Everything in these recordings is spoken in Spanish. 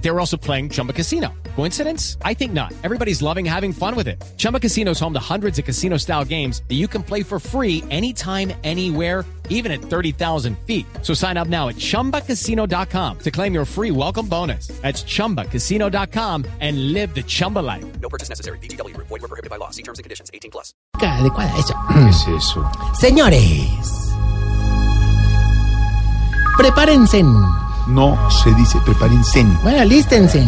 They were also playing Chumba Casino. Coincidence? I think not. Everybody's loving having fun with it. Chumba Casino is home to hundreds of casino style games that you can play for free anytime, anywhere even at 30,000 feet. So sign up now at ChumbaCasino.com to claim your free welcome bonus. That's ChumbaCasino.com and live the Chumba life. No purchase necessary. BGW. Void were prohibited by law. See terms and conditions. 18 plus. adecuada. Eso. Mm. ¿Qué es eso? Señores, prepárense. No se dice prepárense. Bueno, alístense.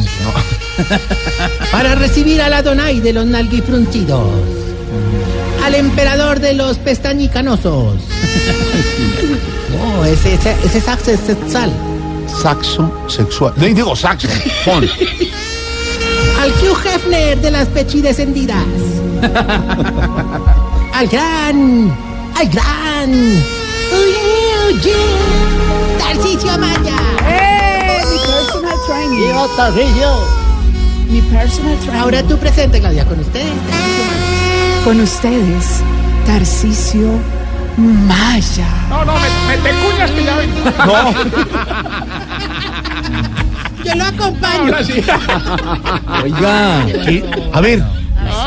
Para recibir al Adonai de los nalguifruncidos. Al emperador de los pestañicanosos. No, ese, ese, ese saxo es sexual. Saxo sexual. No digo saxo. Fon. Al Hugh Hefner de las pechidescendidas. al gran. Al gran. Oye, oye. Tarcicio Maya. Mi personal training. Yo, Tarrillo. Mi personal training. Ahora tú presente, Claudia, con ustedes. Con ustedes, Tarcisio Maya. No, no, me, me te cuñas que ya ven. Yo lo acompaño. Ahora sí. Oiga. A ver. No,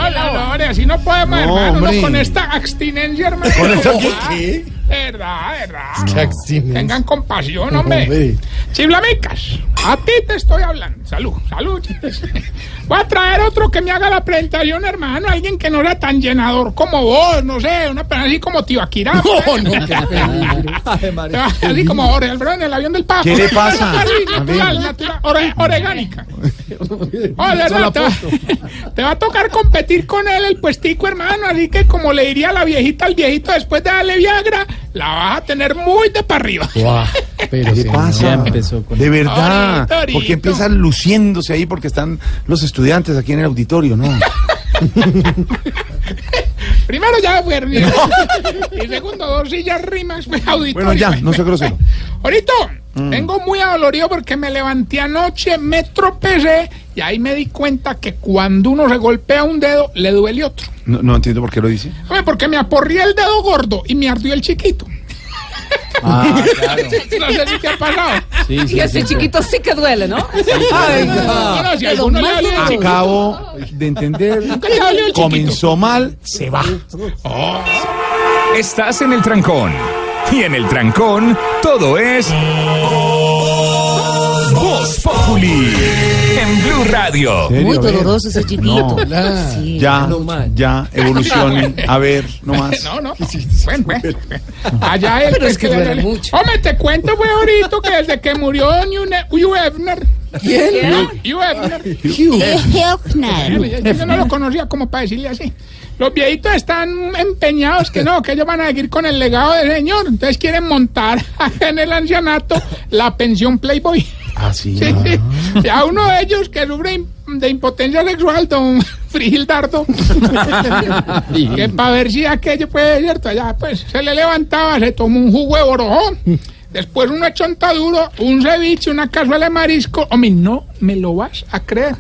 no, no, hombre, así no podemos, No, hermano. no, hombre. con esta abstinencia, hermano. ¿Con esta qué? ¿Qué? Verdad, verdad. Tengan compasión, hombre. Hombre. Chiblamicas, a ti te estoy hablando. Salud, salud. chicas. Voy a traer otro que me haga la presentación, hermano. Alguien que no era tan llenador como vos, no sé, una persona así como Tibaquirá. No, Así como Jorge Alfredo en el avión del Papa. ¿Qué le pasa? Así, A natural, ver. natural, ore- oregánica. Oye, no, te, va, te va a tocar competir con él el puestico, hermano. Así que como le diría la viejita al viejito después de darle Viagra, la vas a tener muy de para arriba. ¿Qué le pasa? De verdad. Ahorita, ahorita. Porque empiezan luciéndose ahí porque están los estudiantes aquí en el auditorio, ¿no? Primero ya fue Y segundo, dos sillas rimas pues, auditorio. Bueno, ya, no sé Mm. grosero. Ahorita, vengo muy adolorido porque me levanté anoche, me tropecé y ahí me di cuenta que cuando uno se golpea un dedo, le duele otro. No, no entiendo por qué lo dice. Hombre, porque me aporrí el dedo gordo y me ardió el chiquito. no sé si te ha pasado. Y ese chiquito sí que duele, ¿no? Bueno, si a alguno le dolió el chiquito. Acabo de entender. ¿Qué le dolió el chiquito? Comenzó mal, se va. Estás en el trancón. Y en el trancón, todo es. Voz Populi. En Blue Radio. Muy ¿Serio? A ver. doloroso ese chiquito. No. Sí, Ya, no mal. ya, evolucionen. A ver, no más. No, no. Bueno, bueno. Allá él. Pero es que duele mucho. Hombre, te cuento, güey, ahorita que desde que murió Don Yune- Hugh Hefner. Hugh Hefner. Yo no lo conocía como para decirle así. Los viejitos están empeñados que no, que ellos van a seguir con el legado del señor. Entonces quieren montar en el ancianato la pensión Playboy. Así. Sí, Ah. sí. a uno de ellos que sufre im- de impotencia sexual, don Frigildardo, que para ver si aquello, pues, cierto, allá, pues, se le levantaba, se tomó un jugo de borojó, después una chontaduro, un ceviche, una cazuela de marisco, hombre, no me lo vas a creer.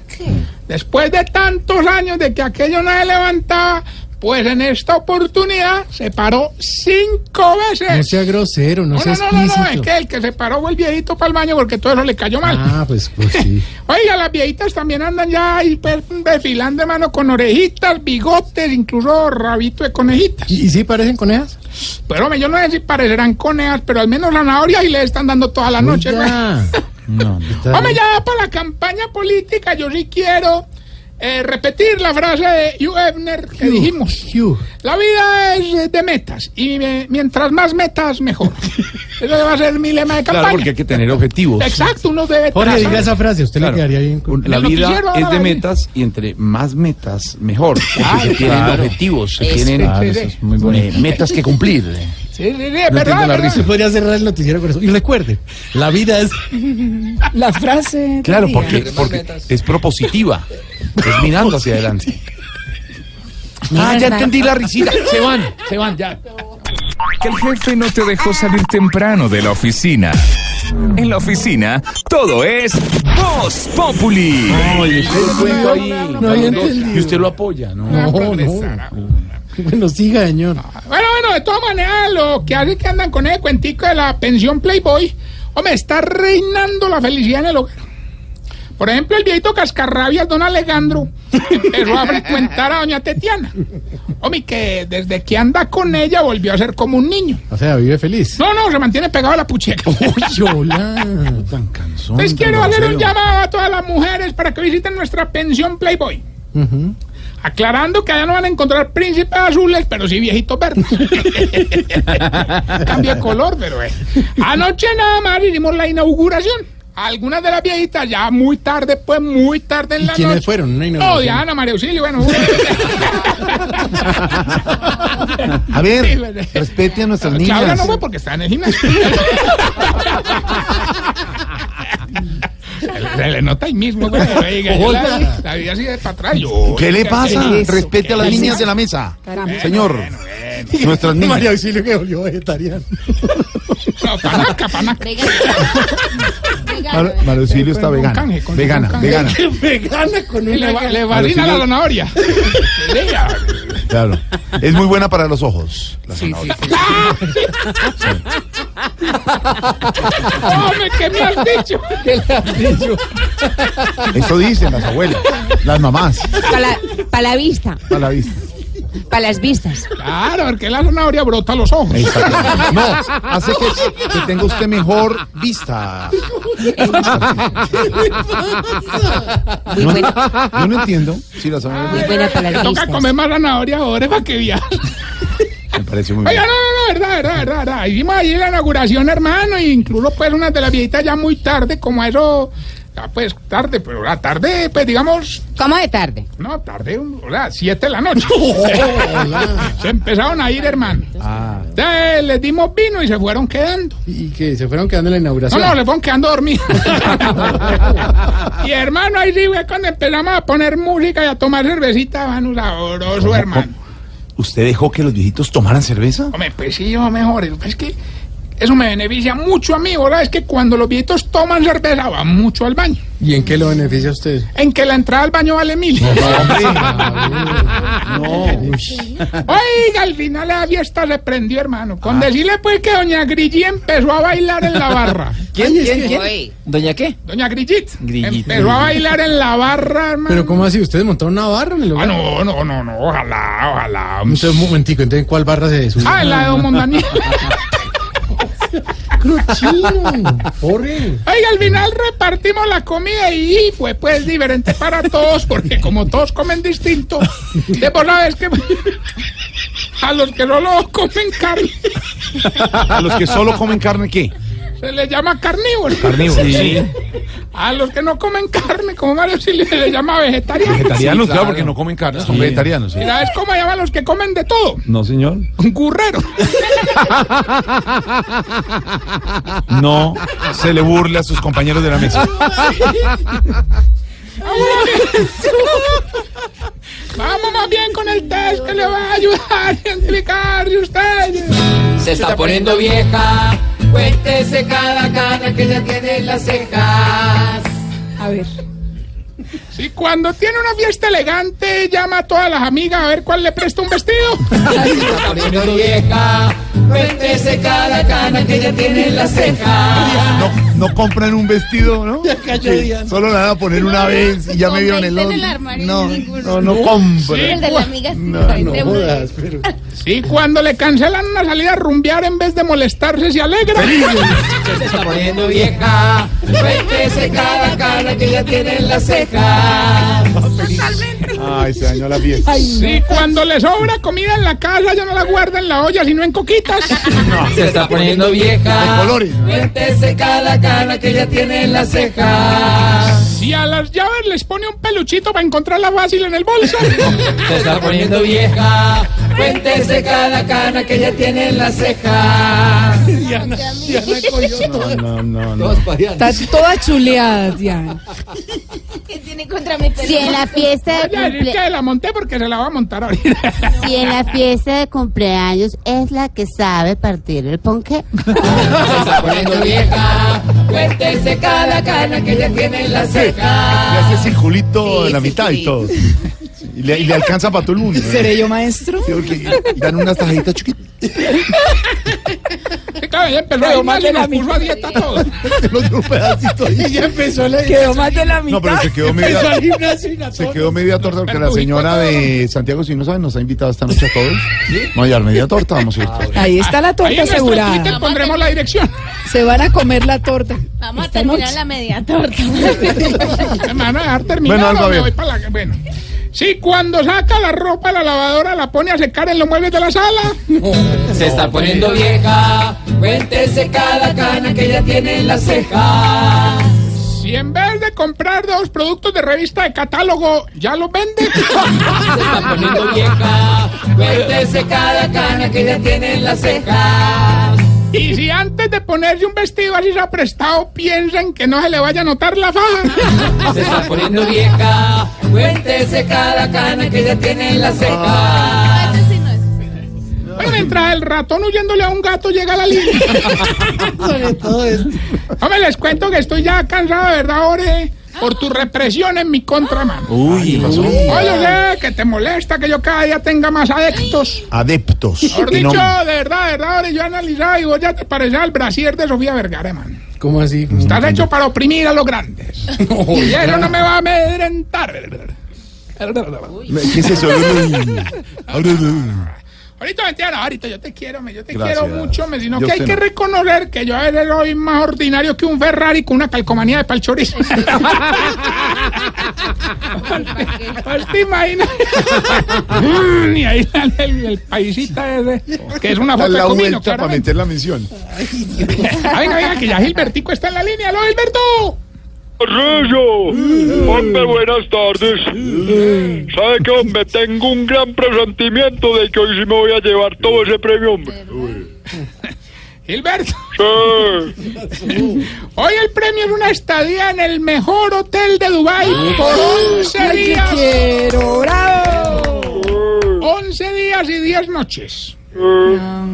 Después de tantos años de que aquello no se levantaba, pues en esta oportunidad se paró cinco veces. No sea grosero, no No, sea no, no, no, no, es explícito. que el que se paró fue el viejito para el baño porque todo eso le cayó mal. Ah, pues, pues sí. Oiga, las viejitas también andan ya ahí pues, desfilando de mano con orejitas, bigotes, incluso rabito de conejitas. ¿Y, y sí parecen conejas? Pero hombre, yo no sé si parecerán conejas, pero al menos la zanahoria y le están dando toda la noche. ¿no? Oiga. Está Hombre, bien. ya para la campaña política yo sí quiero eh, repetir la frase de Hugh Ebner que dijimos. Hugh, La vida es eh, de metas y eh, mientras más metas, mejor. Eso va a ser mi lema de campaña. Claro, porque hay que tener objetivos. Exacto, uno debe Jorge, trazar- diga esa frase, a usted Claro. le quedaría bien. con- Un- La El vida noticiero, es de ay. metas y entre más metas, mejor. Porque se tienen objetivos, se tienen Claro, eso es eh, metas que cumplir. Sí, sí, sí, es verdad, entiendo la verdad. Se podría cerrar el noticiero con eso. Y recuerde, la vida es... La frase. Claro, porque, porque es propositiva. Es mirando hacia adelante. Ah, ya entendí la risita. Se van, se van, ya. Que el jefe no te dejó salir temprano de la oficina. En la oficina, todo es. Voz Populi. No, y usted lo cuento ahí. había entendido. Y usted lo apoya, ¿no? Una empresa, una- Bueno, siga, señor. Bueno, bueno, de todas maneras, lo que hace es que andan con ese cuentico de la pensión Playboy, hombre, está reinando la felicidad en el hogar. Por ejemplo, el viejito cascarrabias, don Alejandro, empezó a frecuentar a doña Tetiana. Hombre, que desde que anda con ella volvió a ser como un niño. O sea, vive feliz. No, no, se mantiene pegado a la pucheca. Uy, hola, tan cansón. Entonces tan quiero hacer un grosero. llamado a todas las mujeres para que visiten nuestra pensión Playboy. Aclarando que allá no van a encontrar príncipes azules, pero sí viejitos verdes. Cambia de color, pero eh. Anoche nada más hicimos la inauguración. Algunas de las viejitas ya muy tarde, pues muy tarde en la ¿Quiénes noche. fueron? Una Oh, inauguración. Diana, María Auxilio, bueno. A Sí, ver, bueno. respete a nuestras Claudia niñas. no fue porque está en el gimnasio. Se le nota ahí mismo, güey. Oiga, yo la, la vida sigue para atrás. Yo, ¿Qué le oiga, pasa? que- Respete a las niñas de la mesa. Bueno, Señor, bueno, bueno. nuestras María niñas. Auxilio que volvió vegetariano. No, panaca, panaca. Regalo. Regalo. Mar- María Auxilio está Con vegana. canje, con- Vegana, con canje. vegana. Vegana con Le, va- le Ahora sí vacila yo- la zanahoria. Lea. Claro. Es muy buena para los ojos. la zanahoria. Hombre, ¿qué me has dicho? Eso dicen las abuelas, las mamás, Para la, pa' la vista, a la vista. para las vistas. Claro, porque la zanahoria brota los ojos. Exactamente. No, hace que, que tenga usted mejor vista. Muy buena, Yo no entiendo. Sí, la muy zanahoria buena para Te las toca vistas. comer más zanahoria ahora para que viaje. me parece muy Oiga, bien. no, no, no, verdad, verdad, verdad, verdad. Hicimos ahí la inauguración, hermano, e incluso pues unas de las viejitas ya muy tarde, como a eso, ya, pues tarde, pero la tarde, pues digamos, ¿Cómo de tarde? no, tarde, un- o sea, siete de la noche. Oh, se empezaron a ir, hermano. Ah. Entonces, les dimos vino y se fueron quedando. Y que se fueron quedando en la No, inauguración. no, le fueron quedando dormidos. y hermano, ahí sí fue cuando empezamos a poner música y a tomar cervecita, mano, sabroso, ¿Cómo- hermano. ¿Usted dejó que los viejitos tomaran cerveza? Hombre, pues sí, yo mejor. Es que eso me beneficia mucho a mí, ¿verdad? Es que cuando los viejitos toman cerveza, van mucho al baño. ¿Y en qué lo beneficia a usted? En que la entrada al baño vale mil. Oiga, al final la fiesta se prendió, hermano. Con Ah. decirle, pues, que Doña Grilli empezó a bailar en la barra. ¿Quién, quién, Oye, ¿Doña qué? Doña Grillit. Empezó a bailar en la barra, hermano. Pero ¿cómo así? ¿Ustedes montaron una barra en el Ah, hogar? no, no, no, no. Ojalá, ojalá. Entonces, un momentico, entonces, ¿en ¿cuál barra se subió? Ah, en la de Don Mondaniel. Crochino, corre. Oiga, al final repartimos la comida y fue pues diferente para todos, porque como todos comen distinto, de por la vez que a los que solo comen carne, A los que solo comen carne, ¿qué? se les llama carnívoros. Carnívoros. Sí. A los que no comen carne, como Mario Silvio, se les llama vegetarianos. Vegetarianos, claro, porque no comen carne, son vegetarianos. sí. ¿Y sabes cómo llaman a los que comen de todo? No, señor. Gurrero. No se le burle a sus compañeros de la mesa. Vamos más bien con el test que le va a ayudar a identificar de ustedes. Se está poniendo vieja. Cuéntese cada cana que ya tiene en las cejas. A ver. Si cuando tiene una fiesta elegante, llama a todas las amigas a ver cuál le presta un vestido. Se está poniendo vieja. Cuéntese cada cana que ya tiene en las cejas. No, no compran un vestido, ¿no? Solo la van a poner una vez y ya me vieron el Comprense en otro. el armario, No, ninguno. no, no compran. El de la amiga sí, de una. Jodas, pero... Si cuando le cancelan una salida a rumbear en vez de molestarse, se alegra. Se está poniendo vieja. Cuéntese cada cana que ya tiene en las cejas. Ay, se dañó la fiesta. Si cuando le sobra comida en la casa, ya no la guarda en la olla, sino en coquitas. Se está poniendo De vieja. colores. Cuéntese cada cana que ya tiene en las cejas. Si a las llaves les pone un peluchito para encontrarla fácil en el bolso. Se está poniendo vieja. Cuéntese cada cana que ya tiene en las cejas. No, no, no, no. Está toda chuleada, Diana. ¿Qué tiene contra mi pelo? Si en la fiesta de Ya, es cumple- que la monté porque se la va a montar ahorita. si en la fiesta de cumpleaños es la que sabe partir el ponqué. Se está poniendo vieja. Cuéntese cada cana que ya tiene en las cejas. Le hace circulito en la mitad y todo. Y le, y le alcanza para todo el mundo. ¿Seré yo maestro? Sí, porque dan unas tajitas chiquitas. Claro, ya empezó a Quedó más más y de nos la puso a dieta todo. Los un pedacito ahí. Ya empezó la Quedó más de la mitad. No, pero se quedó media. Empezó al gimnasio y la Se torta. quedó media torta porque la perjudicó señora todo. de Santiago, si no saben, nos ha invitado esta noche a todos. No, a hallar media torta, vamos a ir. Ahí está la Ahí torta en nuestro Twitter asegurada. pondremos la dirección. Se van a comer la torta. Vamos a Esta terminar noche. la media torta. Me van a dejar terminar Bueno, Alba, o me bien. voy pa' la- Bueno. Si cuando saca la ropa de la lavadora la pone a secar en los muebles de la sala. Se está poniendo vieja, cuéntese cada cana que ya tiene en la ceja. Si en vez de comprar dos productos de revista de catálogo, ya los vende. Se está poniendo vieja, cuéntese cada cana que ya tiene en la ceja. Y si antes de ponerse un vestido así aprestado piensan que no se le vaya a notar la faja. Se está poniendo vieja, cuéntese cada cana que ya tiene en la ceja. Eso sí no es. Pero mientras el ratón huyéndole a un gato llega a la línea. Sobre todo esto. Hombre, les cuento que estoy ya cansado, de verdad, Ore, por tu represión en mi contramano. Uy, Oye, sé que te molesta que yo cada día tenga más adeptos. Adeptos. Por Y no- dicho, de verdad, de verdad, Ore, yo analizaba y vos ya te pareces al brasier de Sofía Vergara, man. ¿Cómo así? Estás hecho para oprimir a los grandes. Y eso no me va a amedrentar. ¿Qué es eso? Ahorita mentira, ahorita yo te quiero, me- yo te Gracias. quiero mucho, me, sino Yo que hay sé, que no. reconocer que yo a veces soy más ordinario que un Ferrari con una calcomanía de palchorizo. Pues te imaginas. Mm, y ahí sale el, el paisita ese, que es una Da foto de la comino, vuelta para claramente. meter la misión. Ah, venga, venga, que ya Gilbertico está en la línea, ¡lo Gilberto! Rillo, hombre, buenas tardes. ¿Sabe qué, hombre? Tengo un gran presentimiento de que hoy sí me voy a llevar todo ese premio, hombre. Gilberto, Sí. hoy el premio es una estadía en el mejor hotel de Dubái por 11 Ay, que días, quiero! ¡Bravo! 11 días y 10 noches. Ah,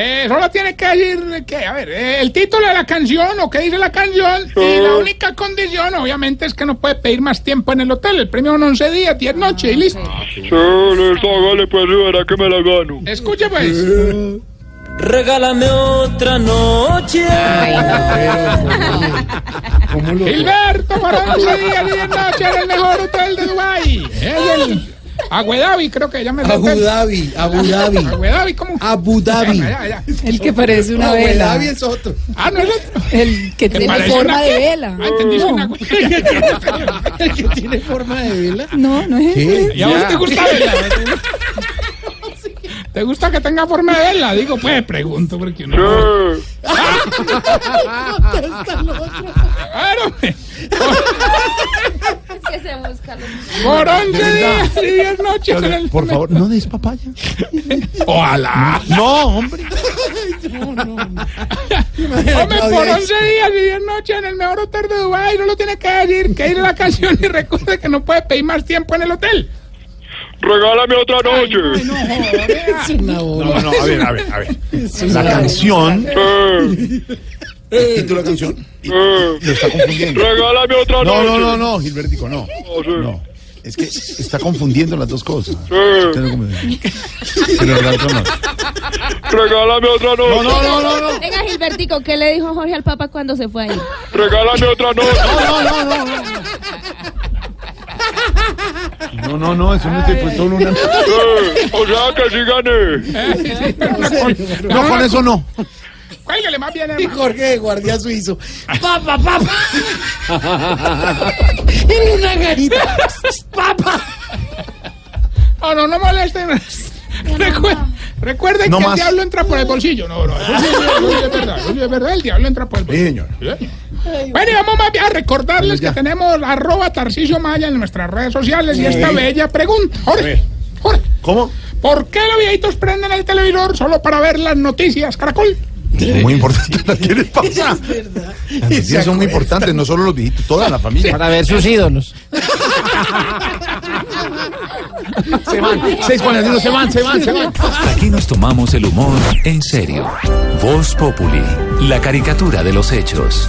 Eh, solo tiene que decir que, a ver, eh, el título de la canción o qué dice la canción. Y la única condición, obviamente, es que no puede pedir más tiempo en el hotel. El premio son 11 días, 10 noches y listo. Sí, listo, hágale, pues, y verá que me la gano. Escucha, pues. Regálame otra noche. ¿Cómo lo Gilberto, para 11 días y 10 noches en el mejor hotel de Dubái. Es el Agüedavi, creo que ya me Abu Dhabi, Abu Dhabi. Agüedavi, ¿cómo? Abu Dhabi. Ya, ya, ya. El que parece una Abu vela. Dhabi es otro. Ah, no es otro. El que tiene parece forma una- de vela. Ah, entendí, es una El que tiene forma de vela. No, no es ese. ¿Y a vos te gusta verla? ¿Te gusta que tenga forma de verla? Digo, pues pregunto, porque uno. Sí. Claro, me- Es que se busca los por 11 días y 10 noches. en el- Por favor, no des papaya. Ojalá. No, hombre. Hombre, por 11 días y 10 noches en el mejor hotel de Dubái. No lo tiene que decir. Que ir a la canción y recuerde que no puede pedir más tiempo en el hotel. Regálame otra noche. No, joder. Es una bola. No, no, a ver, a ver, a ver. La canción. Sí. El título de la canción. y- Sí. Lo está confundiendo. Regálame otra No, noche. no, no, no, Gilbertico, no. No, sí. No. Es que está confundiendo las dos cosas. Sí. Usted no confunde. Pero la otra no. Regálame otra noche. No, no, no, no. Venga, Gilbertico, ¿qué le dijo Jorge al Papa cuando se fue ahí? Regálame otra noche. No, no, no, eso no te fue solo una. Sí. O sea que sí gané. No, con eso no. Cuélguele más bien, Y hermano. Jorge de guardia suizo. ¡Papa, papa! en una garita. ¡Papa! Oh, no, no molesten. Recuer- Recuerden No que más. el diablo entra por el bolsillo. No, no, eso sí, eso sí es verdad. Eso sí es verdad. El diablo entra por el Sí, bolsillo. señor. Bueno, y vamos más bien a recordarles Ya. que tenemos arroba Tarcisio Maya en nuestras redes sociales y esta bella pregunta. Jorge, ver. Jorge, ¿Cómo? ¿por qué los viejitos prenden el televisor solo para ver las noticias, Caracol? Muy importante la que les pasa. Las noticias son muy importantes, no solo los viejitos, toda la familia. Para ver sus ídolos. Se van, 641, se van, se van, se van. Aquí nos tomamos el humor en serio. Voz Populi, la caricatura de los hechos.